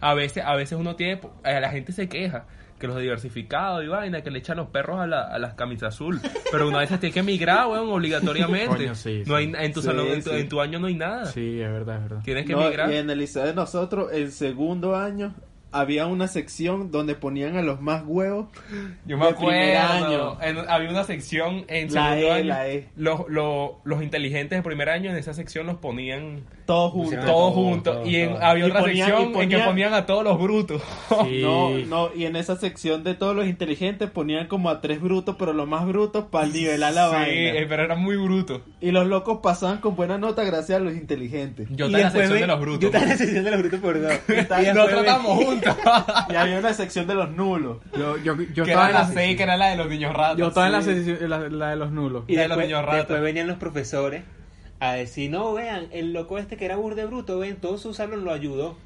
A veces, a veces uno tiene, eh, la gente se queja que los diversificados y vaina, que le echan los perros a, la- a las camisas azul. Pero una vez tiene que emigrar, weón, obligatoriamente.
Coño, sí,
no
sí.
hay, en tu
Sí,
salón, en tu,
sí.
en tu año no hay nada.
Sí, es verdad, es verdad.
Tienes que
No,
emigrar.
y en el liceo de nosotros, el segundo año, había una sección donde ponían a los más huevos.
Yo me
De primer
acuerdo.
año.
en- había una sección en
La
segundo
E,
año.
la E.
Los, los, los inteligentes de primer año en esa sección los ponían
Todos
Pusieron a
juntos.
todos
todos,
juntos.
todos,
y en-
todos.
había
Y
otra
ponían-
sección
y
en que
ponían-
ponían a todos los brutos.
Sí.
No, no, y en esa sección de todos los inteligentes ponían como a tres brutos, pero los más brutos para nivelar la
sí, eh,
vaina.
pero eran muy brutos.
Y los locos pasaban con buena nota gracias a los inteligentes.
Yo estaba
Y
en la
después
sección
ve-
de los brutos.
Yo estaba en la sección de los brutos por dos. Y
Nos
después ve-
tratamos juntos.
Y había una sección de los nulos.
Yo, yo, yo
que era
estaba en
la
la,
6, que era la de los niños ratos.
yo estaba en la,
Sí.
sesión- en la, la de los nulos.
Y
De los
después,
niños ratas.
después venían los profesores a decir, no, vean, el loco este que era burde bruto, ven, todo su salón lo ayudó.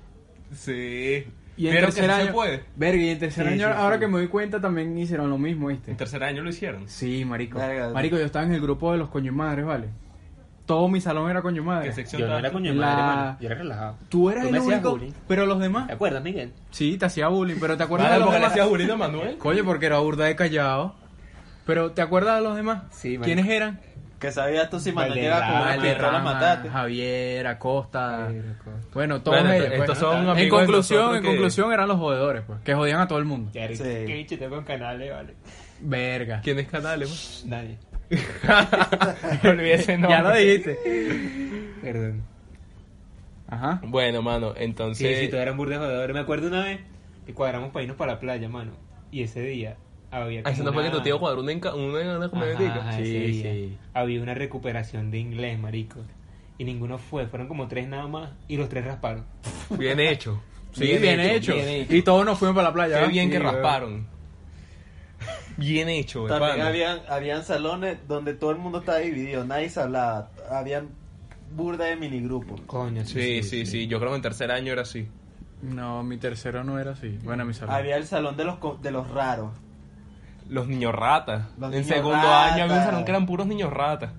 Sí.
Y en
Pero que
tercer
no
año,
se puede.
Verga, y en tercer
Sí,
año,
sí,
ahora
sí.
que me doy cuenta, también hicieron lo mismo, ¿viste?
En tercer año lo hicieron.
Sí, marico.
Verga.
Marico, yo estaba en el grupo de los coño madres, ¿vale? Todo mi salón era coño
¿Qué
madre.
sección
Yo no
estabas
era
tú?
coño de
La-
madre, hermano. Yo era relajado.
Tú eras
me
el
hacías
único,
bullying.
pero los demás.
¿Te acuerdas, Miguel?
Sí, te hacía bullying, pero ¿te acuerdas
Vale,
de los
porque le
demás?
hacía bullying a Manuel.
Coño, porque era burda de callado. Pero ¿te acuerdas de los demás?
Sí, marico.
¿Quiénes eran?
Que sabías tú si
Valderrama,
Manuel llegaba con una pistola la
Valderrama,
mataste.
Javier, Acosta. Bueno, todos
Bueno,
ellos.
estos
pues.
son
en
amigos de
conclusión,
nosotros
en
que-
conclusión eran los jodedores, pues, que jodían a todo el mundo.
Ya,
Sí.
Que bicho tengo en canales, vale.
Verga.
¿Quién es pues? Canales?
Nadie.
Me olvidé ese nombre.
Ya lo dijiste.
Perdón.
Ajá.
Bueno, mano, entonces.
Sí, sí, todos eran burdes jodedores. Me acuerdo una vez que cuadramos para irnos para la playa, mano. Y ese día había.
Ah, eso
como
no fue que tu
una-
tío cuadró una, enca- una, una
Ajá,
comediantica.
ajá,
Sí,
ese día.
sí.
Había una recuperación de inglés, marico. Y ninguno fue. Fueron como tres nada más. Y los tres rasparon.
Bien hecho.
Sí, bien, hecho. Y todos nos fuimos para la playa. ¿ah?
Qué
¿verdad?
bien
Sí,
que
weón.
rasparon. Bien hecho,
También
pana.
habían, habían salones donde todo el mundo estaba dividido, nadie se hablaba. Habían burda de minigrupos.
Coño,
Sí, sí, sí. Yo creo que en tercer año era así.
No, mi tercero no era así. Bueno, mi salón.
Había el salón de los, co- de los raros.
Los niños ratas.
Los
en
niños
segundo
ratas.
año había un salón que eran puros niños ratas.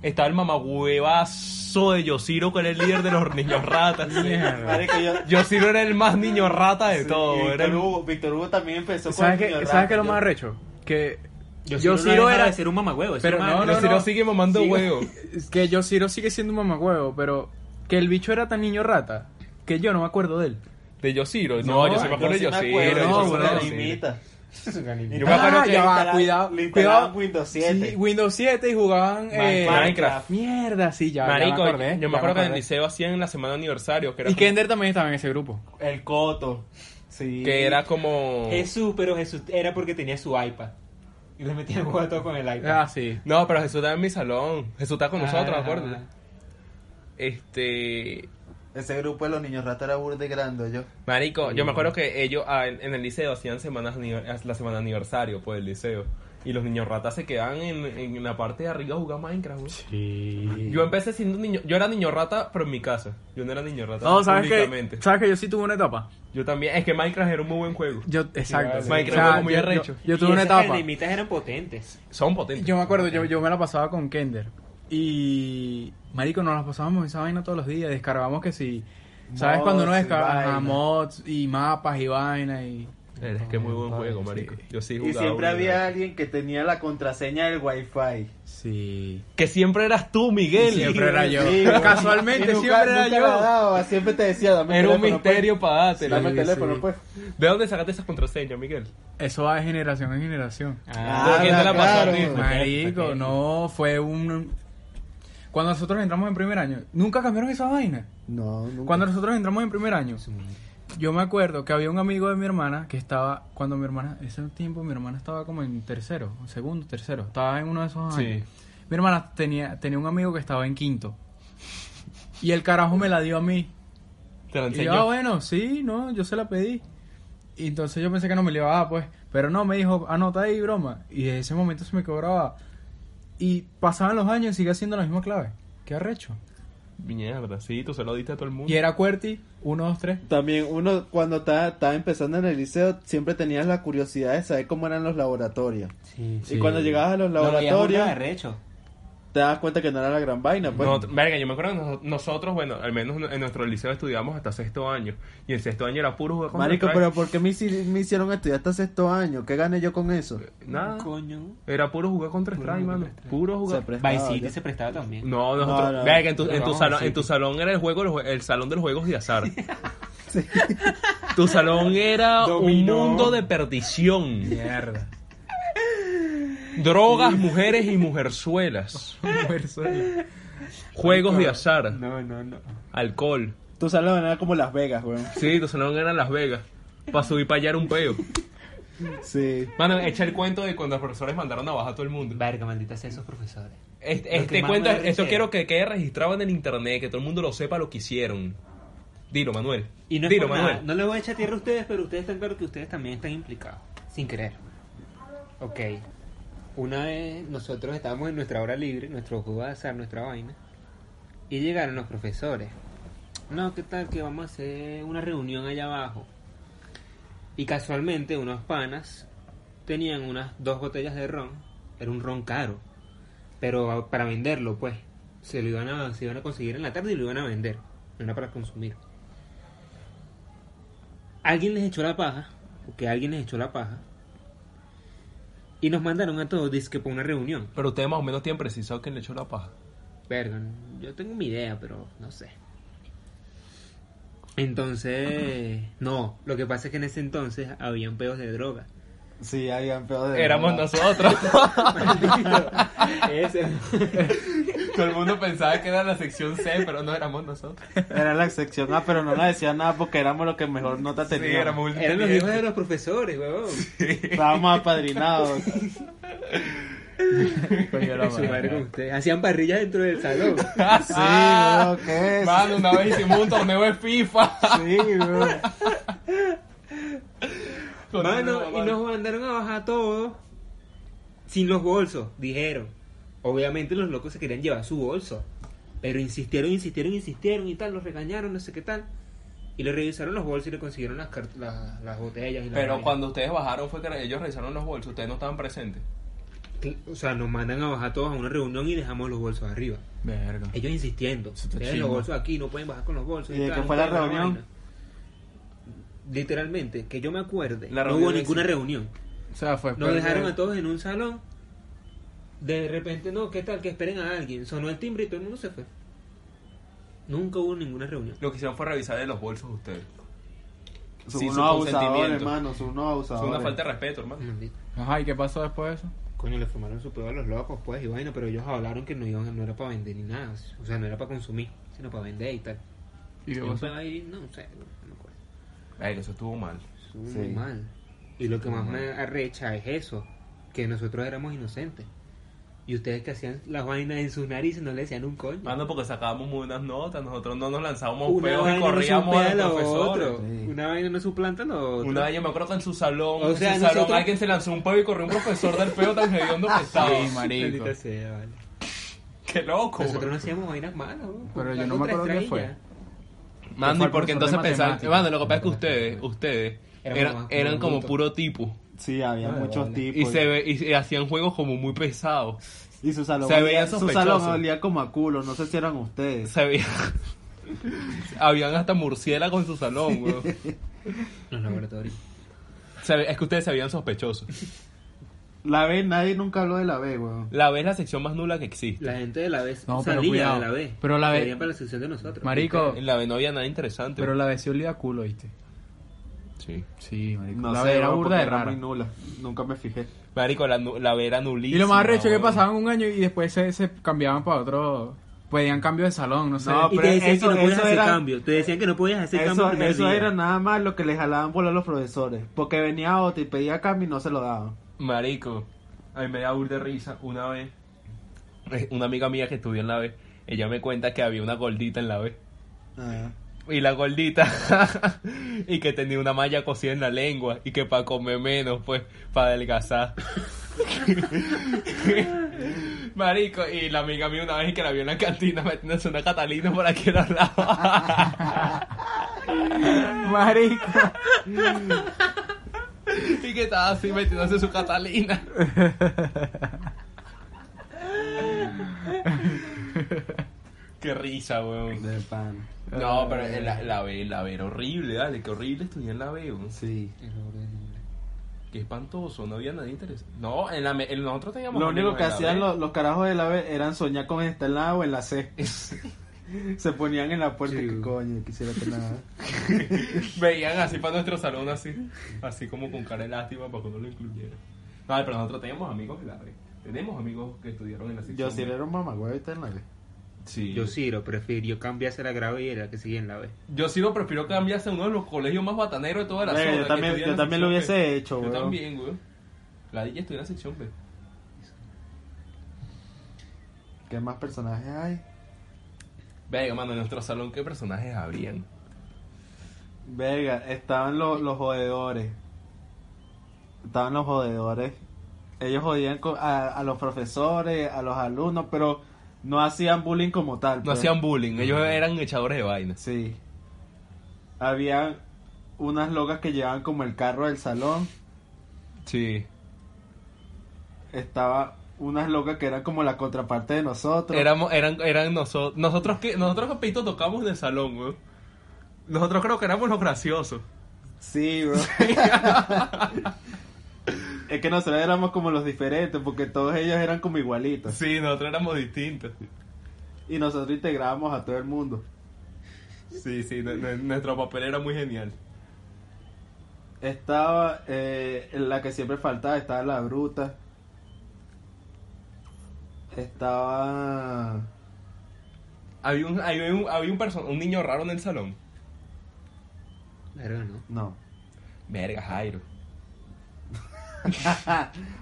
Estaba el mamagüevazo de Yosiro, que era el líder de los niños ratas.
Mierda.
Marico, yo-
Yosiro era el más niño rata de
sí, y
todo. Era
Víctor
el-
Hugo, Víctor Hugo también empezó
¿Sabes
con
qué, ¿sabes qué es lo más arrecho? Que
Yo,
Yo Ciro
no
era-
era de ser un mamagüevo. ese
Pero
man-
no, no,
Yosiro sigue mamando huevo.
es que yo Ciro sigue siendo un mamagüevo, pero que el bicho era tan niño rata que yo no me acuerdo de él.
De Yosiro. No, yo se me acuerdo de
yo
Yosiro.
acuerdo,
no,
yo
Yosiro
soy
era
una
no,
Yosiro.
animita.
Yo me acuerdo que
Ah, ya va,
instala-
cuidado,
le instalaban
cuidado.
Windows 7.
Sí, Windows 7 y jugaban eh,
Minecraft.
Mierda, sí, ya. ya me
Marico,
acordé,
yo
ya
me acuerdo que en el
acordé.
liceo hacían la semana de aniversario. Que era
Y
como-
Kender también estaba en ese grupo.
El coto. Sí.
que era como...
Jesús, pero Jesús era porque tenía su iPad. Y le metía el juego a todo con el iPad.
Ah, sí.
No, pero Jesús está en mi salón. Jesús está con nosotros,
Ah,
acuérdate. Este...
Ese grupo de los niños ratos era burda y grande, yo.
Marico, yo me acuerdo que ellos ah, en, en el liceo hacían semanas ani- la semana de aniversario, pues, el liceo. Y los niños ratas se quedaban en, en la parte de arriba a jugar Minecraft, güey.
Sí.
Yo empecé siendo un niño... Yo era niño rata, pero en mi casa. Yo no era niño rata
No, ¿sabes
públicamente.
que, ¿sabes que yo sí tuve una etapa?
Yo también... Es que Minecraft era un muy buen juego.
Yo, exacto.
Minecraft
O sea,
fue muy
yo-
arrecho.
Yo, yo
Y
tuve una
esas
etapa.
animitas eran potentes.
Son potentes.
Yo me acuerdo, yo, yo me la pasaba con Kender. Y, marico, nos las pasábamos en esa vaina todos los días. Descargábamos que si... ¿Sabes
Mods
cuando uno
y
descarga
vaina.
ajá, mods y mapas y vaina y...
Es que es muy buen juego, marico. Yo sí
Y
jugaba
siempre
uno.
había alguien que tenía la contraseña del wifi.
Sí.
Que siempre eras tú, Miguel.
Siempre era yo.
Sí, güey.
Casualmente,
Y nunca-
siempre era
nunca la
yo.
daba, siempre te decía, dame
Era un
teléfono, pues.
misterio para dártela.
Dame el
Sí,
teléfono,
sí.
pues.
¿De dónde sacaste esas contraseñas, Miguel?
Eso va de generación en generación.
Ah,
¿Quién te la pasó a
claro.
ti?
Marico, no, fue un... Cuando nosotros entramos en primer año, nunca cambiaron esa vaina.
No, nunca.
Cuando nosotros entramos en primer año, yo me acuerdo que había un amigo de mi hermana que estaba, cuando mi hermana, ese tiempo mi hermana estaba como en tercero, segundo, tercero, estaba en uno de esos
Sí.
años. Mi hermana tenía, tenía un amigo que estaba en quinto. Y el carajo me la dio a mí.
Te la
Y yo, ah,
enseñó.
bueno, sí, no, yo se la pedí. Y entonces yo pensé que no me la iba a dar, pues. Pero no, me dijo, anota ahí, broma. Y desde ese momento se me cobraba. Y pasaban los años y seguía haciendo la misma clave. Qué arrecho.
Mierda, sí, tú se lo diste a todo el mundo.
Y era QWERTY, 1, 2, 3.
También uno cuando estaba, estaba empezando en el liceo siempre tenías la curiosidad de saber cómo eran los laboratorios.
Sí.
Y cuando llegabas a los
Lo veías burda
laboratorios
de recho.
te das cuenta que no era la gran vaina. Pues.
No, verga, yo me acuerdo que nos- nosotros, bueno, al menos en nuestro liceo estudiamos hasta sexto año. Y en sexto año era puro jugar con
Marico,
Counter-Strike.
pero ¿por qué me, hici- me hicieron estudiar hasta sexto año? ¿Qué gané yo con eso?
Nada.
Coño.
Era puro jugar contra
Puro
Strike,
jugar
mano.
Counter-Strike.
Puro
Se
jugar.
prestaba,
Vice City
ya.
se prestaba también.
No, nosotros.
No, no.
Verga, en tu, en tu
No,
salón,
sí.
en tu salón era el juego, los jue- el salón de los juegos de azar. Tu salón era
Dominó.
un mundo de perdición.
Mierda.
Drogas, mujeres y mujerzuelas.
Persona.
Juegos de azar.
No, no, no.
Alcohol.
Tu salón era como Las Vegas, weón.
Sí, tu salón era Las Vegas. Para subir para allá era un peo.
Sí.
Mano, echa el cuento de cuando los profesores mandaron a bajar a todo el mundo.
Verga, maldita sea esos profesores.
Este,
Lo
este
que más
cuento,
me da risa
esto
es-
quiero que quede registrado en el internet, que todo el mundo lo sepa lo que hicieron. Dilo, Manuel.
Y no es
Dilo,
por nada,
Manuel.
no le voy a echar tierra a ustedes, pero ustedes están claros que ustedes también están implicados, sin querer. Ok. Una vez nosotros estábamos en nuestra hora libre, nuestro juego de azar, nuestra vaina, y llegaron los profesores. No, ¿qué tal? Que vamos a hacer una reunión allá abajo. Y casualmente unos panas tenían unas dos botellas de ron. Era un ron caro. Pero a- para venderlo, pues, se lo iban a, se iban a conseguir en la tarde y lo iban a vender. No era para consumir alguien les echó la paja, porque alguien les echó la paja, y nos mandaron a todos, dizque para una reunión.
Pero ustedes más o menos tienen precisado quién le echó la paja.
Verga, yo tengo mi idea, pero no sé. Entonces, no, lo que pasa es que en ese entonces habían pedos de droga.
Sí, habían peor de
Éramos
verdad.
nosotros.
Ese-
Todo el mundo pensaba que era la sección C, pero no éramos nosotros.
Era la sección A, pero no la decía nada porque éramos los que mejor nota
Sí,
teníamos.
éramos un
Eran los hijos de los profesores, huevón.
Estábamos apadrinados.
Coño, la
Su madre con
madre.
ustedes. Hacían parrillas dentro del salón.
Sí,
Ah,
weón, ¿qué es?
Mano, una vez hicimos un torneo de FIFA.
Sí, weón.
Con una
Mano,
mamá.
y nos mandaron a bajar todos sin los bolsos, dijeron. Obviamente los locos se querían llevar su bolso. Pero insistieron, insistieron, insistieron y tal, los regañaron, no sé qué tal. Y le revisaron los bolsos y le consiguieron las, cart- la- las botellas. Y las
Pero
vainas.
cuando ustedes bajaron fue que ellos revisaron los bolsos, ustedes no estaban presentes.
O sea, nos mandan a bajar todos a una reunión y dejamos los bolsos arriba.
Verga.
Ellos insistiendo.
Eso está
Dejen
chimbo.
los bolsos aquí, no pueden bajar con los bolsos.
¿Y de
tal,
qué
no
fue la
pueden
reunión?
vaina. Literalmente, que yo me acuerde,
La
no hubo
reunión de-
ninguna reunión.
O sea, fue...
Nos dejaron a todos en un salón. De repente, no, ¿qué tal? Que esperen a alguien. Sonó el timbre y todo el mundo se fue. Nunca hubo ninguna reunión.
Lo que hicieron fue revisar de los bolsos de ustedes.
Son
Sin su
unos abusadores,
consentimiento.
hermano. Son unos
Es
abusadores.
una falta de respeto, hermano.
Maldito.
Ajá, ¿y qué pasó después de eso?
Coño, le fumaron su pedo a los locos, pues, y vaina, pero ellos hablaron que no, iban, no era para vender ni nada. O sea, no era para consumir, sino para vender y tal.
¿Y qué
Y un
pasó?
pedo ahí, no sé, no me acuerdo.
Verga, eso estuvo mal.
Estuvo
Sí.
muy mal. Y lo que más me arrecha es eso, que nosotros éramos inocentes. Y ustedes que hacían las vainas en sus narices no le decían un coño.
Ah,
Mano, porque sacábamos muy buenas notas, nosotros no nos lanzábamos
una
peos
vaina
y
no
corríamos a
suplanta
los
lo
profesores.
otro.
Sí.
Una vaina no suplanta lo otro.
Una vez yo me acuerdo que en su salón,
O sea,
en su salón
nosotros-
alguien se lanzó un peo y corrió un profesor del peo tan hediondo que estaba.
Ah, Sí, marico.
Maldita sea, vale.
Qué loco.
Nosotros no hacíamos vainas malas, weón.
Pero yo
Jugando
no me acuerdo
tres
qué fue.
traillas.
Mano, y porque
Fue el profesor de
entonces pensaban,
matemáticas.
mano, lo que pasa es que ustedes, ustedes
Éramos
eran,
más
eran como
brutos.
puro tipo
Sí, había
Vale,
muchos
pues.
vale.
tipos.
y se ve, y, y hacían juegos como muy pesados.
Y su salón,
Se veía
su
sospechoso.
salón olía como a culo, no sé si eran ustedes.
Se veía. Habían hasta murciélagos en su salón, weón.
Los laboratorios.
Se ve- Es que ustedes se veían sospechosos.
La B, nadie nunca habló de la B, weón.
La B es la sección más nula que existe.
La gente de la B
No, pero
salía
cuidado.
de la B.
Pero la B-
Salían para la sección de nosotros.
Marico,
En la B no había nada interesante.
pero la vez se olía a culo, ¿viste?
Sí.
Sí, marico.
No
la
sé,
vez era
weón,
burda
porque
de rara.
muy nula. Nunca me fijé.
Marico, la, nu- la B era nulísima.
Y lo más recho es
weón.
que pasaban un año y después se, se cambiaban para otro. Pedían cambio de salón, no sé.
No,
y
pero
te decían
eso-
que no podías
eso
hacer
era-
cambio. Te decían que no podías hacer cambio.
Eso,
el primer
eso
día.
era nada más lo que le jalaban bola a los profesores. Porque venía otro y pedía cambio y no se lo daban.
Marico, a mí me da burda de risa una vez. eh, Una amiga mía que estudió en la B, ella me cuenta que había una gordita en la B.
Ah.
Y la gordita, y que tenía una malla cosida en la lengua, y que para comer menos, pues, para adelgazar. Marico, y la amiga mía una vez que la vio en la cantina metiéndose una catalina por aquí en la
Marico.
y que estaba así metiéndose su catalina. Qué risa, weón.
De pan.
No, pero en la, la B, la B era horrible, dale, qué horrible estudiar en la B, weón.
Sí.
Qué espantoso, no había nada interesante. No, en la, me- en nosotros teníamos...
Lo
amigos
único que
en la
hacían
B.
los, los carajos de la B eran soñar con estar en la A o en la C. Se ponían en la puerta
Sí.
que coño, quisiera que nada.
Veían así para nuestro salón, así. Así como con cara de lástima para que no lo incluyera. No, pero nosotros tenemos amigos en la B. Tenemos amigos que estudiaron en la sección
Yo sí
B.
era un mamagüey ahorita en la B.
Sí.
Yo sí lo prefirió cambiarse la grave y era que seguía en la B.
Yo sí lo prefiero cambiarse a uno de los colegios más bataneros de toda la
Verga,
zona.
yo
que
también-
estudia en
yo
la
también lo
sección B.
hubiese hecho,
Yo
weón.
también, weón. La DJ estudió en la sección B.
¿Qué más personajes hay?
Venga, mano, en nuestro salón, ¿qué personajes habían?
Verga, estaban los, los jodedores. Estaban los jodedores. Ellos jodían co- a, a los profesores, a los alumnos, pero no hacían bullying como tal.
No
pues.
hacían bullying, ellos eran echadores de vainas.
Sí. Había unas locas que llevaban como el carro del salón.
Sí.
Estaba unas locas que eran como la contraparte de nosotros.
Éramos, eran, eran nosotros. Nosotros que, nosotros capito tocamos en el salón, weón. Nosotros creo que éramos los graciosos.
Sí, bro. es que nosotros éramos como los diferentes porque todos ellos eran como igualitos.
Sí, nosotros éramos distintos.
Y nosotros integrábamos a todo el mundo.
Sí, sí, nu- nu- nuestro papel era muy genial.
Estaba eh, la que siempre faltaba, estaba la bruta. Estaba...
Había un, había un, había un, perso- un niño raro en el salón.
Verga, ¿no?
No.
Verga, Jairo.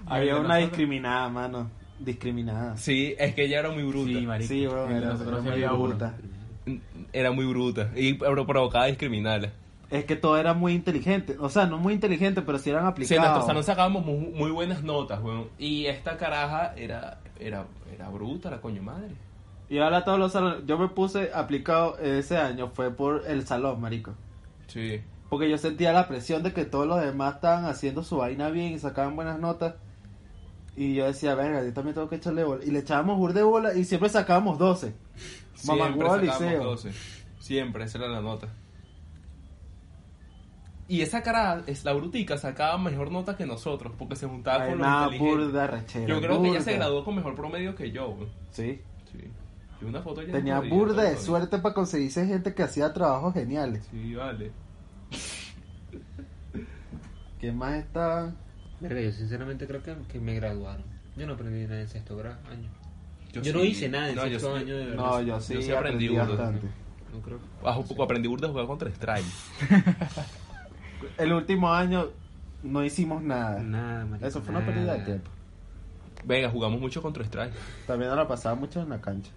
Había
de
una
nosotros?
discriminada, mano. Discriminada.
Sí, es que ella era muy bruta.
Sí, marico.
Sí, bro,
Entre
era-
nosotros sí
era
había
muy
uno.
bruta.
Era muy bruta. Y pro- provocaba discriminarla.
Es que todo era muy inteligente. O sea, no muy inteligente, pero sí eran
Sí, en nuestro
aplicados.
salón sacábamos mu- muy, buenas notas, weón. Y esta caraja era, era, era bruta, la coño madre.
Y ahora todos los salones. Yo me puse aplicado ese año, fue por el salón, marico.
Sí.
Porque yo sentía la presión de que todos los demás estaban haciendo su vaina bien y sacaban buenas notas. Y yo decía, verga, yo también tengo que echarle bola. Y le echábamos bur de bola y siempre sacábamos 12.
Siempre
Mamá, huevo,
sacábamos
liceo.
12. Siempre, esa era la nota. Y esa cara, es la brutica, sacaba mejor nota que nosotros porque se juntaba
Ay,
con los
nada,
inteligentes.
burda, rechera.
Yo creo que ella se
burda.
graduó con mejor promedio que yo, weón.
Sí.
Sí. Y una foto ya
Tenía
jodida,
burda de
todo.
suerte para conseguirse gente que hacía trabajos geniales.
Sí, vale.
¿Quién más estaba?
Verga, yo sinceramente creo que, que me graduaron. Yo no aprendí nada en sexto gra- año. Yo, no
sí-
hice nada en
no, yo
sexto
sí-
año de verdad.
No, yo sí,
sí aprendí burda.
bastante.
No creo.
Ah, un poco aprendí burda a jugar contra Strike.
El último año no hicimos nada.
Nada, marico,
Ah, Eso fue una
nada.
pérdida de tiempo.
Venga, jugamos mucho contra Strike.
También nos la pasaba mucho en la cancha.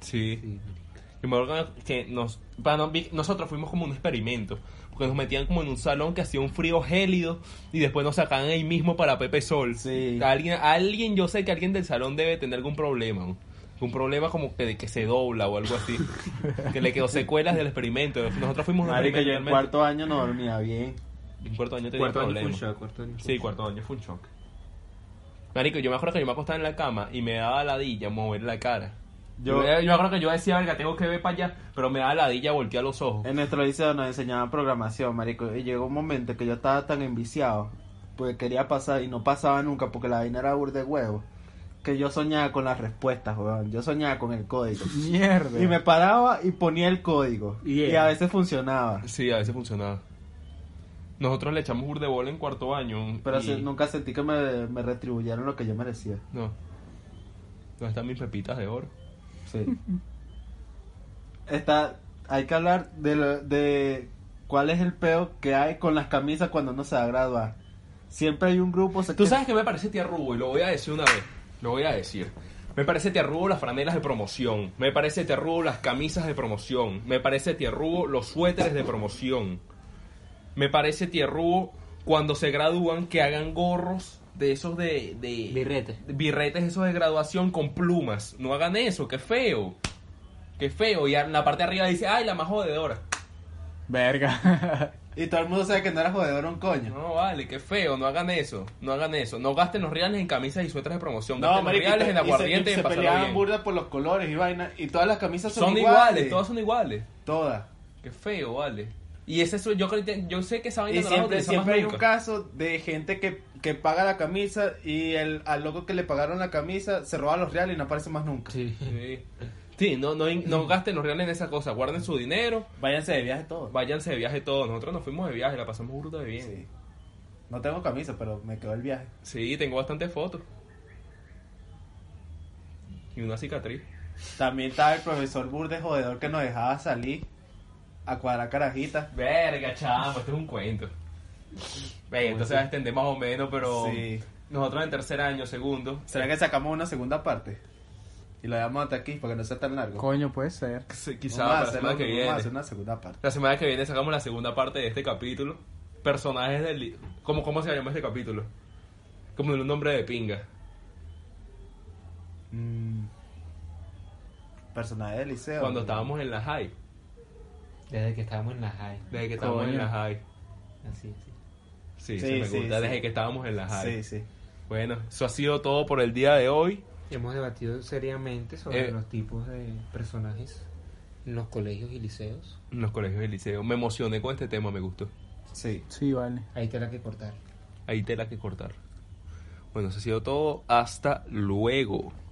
Sí.
Sí, marico.
Y me acuerdo que nos, para no- vi- nosotros fuimos como un experimento, porque nos metían como en un salón que hacía un frío gélido y después nos sacaban ahí mismo para Pepe Sol.
Sí.
Alguien, alguien, yo sé que alguien del salón debe tener algún problema, ¿no? un problema como que de que se dobla o algo así, que le quedó secuelas del experimento. Nosotros fuimos un
Marico, yo en
experimento
cuarto año no dormía bien.
realmente. En cuarto año tenía
Cuarto año fue un
problemas.
shock, cuarto año fue
Sí,
un shock.
cuarto año fue un shock. Marico, yo me acuerdo que yo me acostaba en la cama y me daba ladilla mover la cara. Yo, yo me acuerdo que yo decía, verga, tengo que ver para allá, pero me daba ladilla voltear los ojos.
En nuestro liceo nos enseñaban programación, marico. Y llegó un momento que yo estaba tan enviciado, porque quería pasar y no pasaba nunca porque la vaina era burda de huevo, que yo soñaba con las respuestas, weón. Yo soñaba con el código.
Mierda.
Y me paraba y ponía el código.
Yeah.
Y a veces funcionaba.
Sí, a veces funcionaba. Nosotros le echamos burde bola en cuarto año.
Pero
y-
se- nunca sentí que me, me retribuyeron lo que yo merecía.
No. ¿Dónde están mis pepitas de oro?
Sí. Está, hay que hablar de, lo- de cuál es el peo que hay con las camisas cuando uno se va a graduar. Siempre hay un grupo... se-
Tú sabes que me parece tía Rubo, y lo voy a decir una vez. Lo voy a decir. Me parece tía Rubo las franelas de promoción. Me parece tía Rubo las camisas de promoción. Me parece tía Rubo los suéteres de promoción. Me parece tía Rubo cuando se gradúan que hagan gorros de esos de. de
Birrete.
Birretes esos de graduación con plumas. No hagan eso, que feo. Que feo. Y en la parte de arriba dice, ay, la más jodedora.
Verga.
Y todo el mundo sabe que no era jodedor un coño.
No, vale, qué feo, no hagan eso, no hagan eso. No gasten los reales en camisas y suéteres de promoción, gasten los
marico,
reales
y
en
se- y se-
aguardiente y,
y
en
se,
pasarlo
peleaban
bien.
burda por los colores y vaina. Y todas las camisas son,
Son iguales, todas son iguales.
Todas.
Qué feo, vale. Y ese su- yo, creo que- yo sé que esa vaina
Y
no la
siempre,
utilizamos
siempre hay un
nunca.
caso de gente que, que paga la camisa y el, al loco que le pagaron la camisa se roba los reales y no aparece más nunca.
Sí.
Sí, Sí, no, no,
Mm.
no gasten los reales en esa cosa, guarden su dinero,
Váyanse de viaje todos.
váyanse de viaje todos. Nosotros nos fuimos de viaje, la pasamos bruta de bien.
Sí. No tengo camisa, pero me quedó el viaje.
Sí, tengo bastantes fotos. Y una cicatriz.
También estaba el profesor Burdes jodedor que nos dejaba salir a cuadrar carajitas.
Verga, chamo, esto es un cuento. Ve, entonces va a extender más o menos, pero
este. Sí.
nosotros en tercer año, segundo.
¿Será que sacamos una segunda parte? Y lo dejamos hasta aquí para que no sea tan largo.
Coño, puede ser.
Sí,
Vamos
Quizá
a
para la
hacer
semana
algo,
que
vamos a hacer
viene.
una segunda parte.
La semana que viene sacamos la segunda parte de este capítulo. Personajes del... li- ¿Cómo, cómo se llama este capítulo? Como un nombre de pinga.
Mm. Personaje del liceo.
Cuando estábamos en la high.
Desde que estábamos en la high.
Desde que estábamos en
Coño.
la high.
Así, así.
Sí,
Sí,
se me
sí,
gusta.
sí.
Desde que estábamos en la high.
Sí, sí.
Bueno, eso ha sido todo por el día de hoy.
Hemos debatido seriamente sobre
Eh.
los tipos de personajes en los colegios y liceos.
En los colegios del liceo. Me emocioné con este tema, me gustó.
Sí.
Sí, vale.
Ahí te la que cortar.
Hay tela que cortar. Bueno, eso ha sido todo. Hasta luego.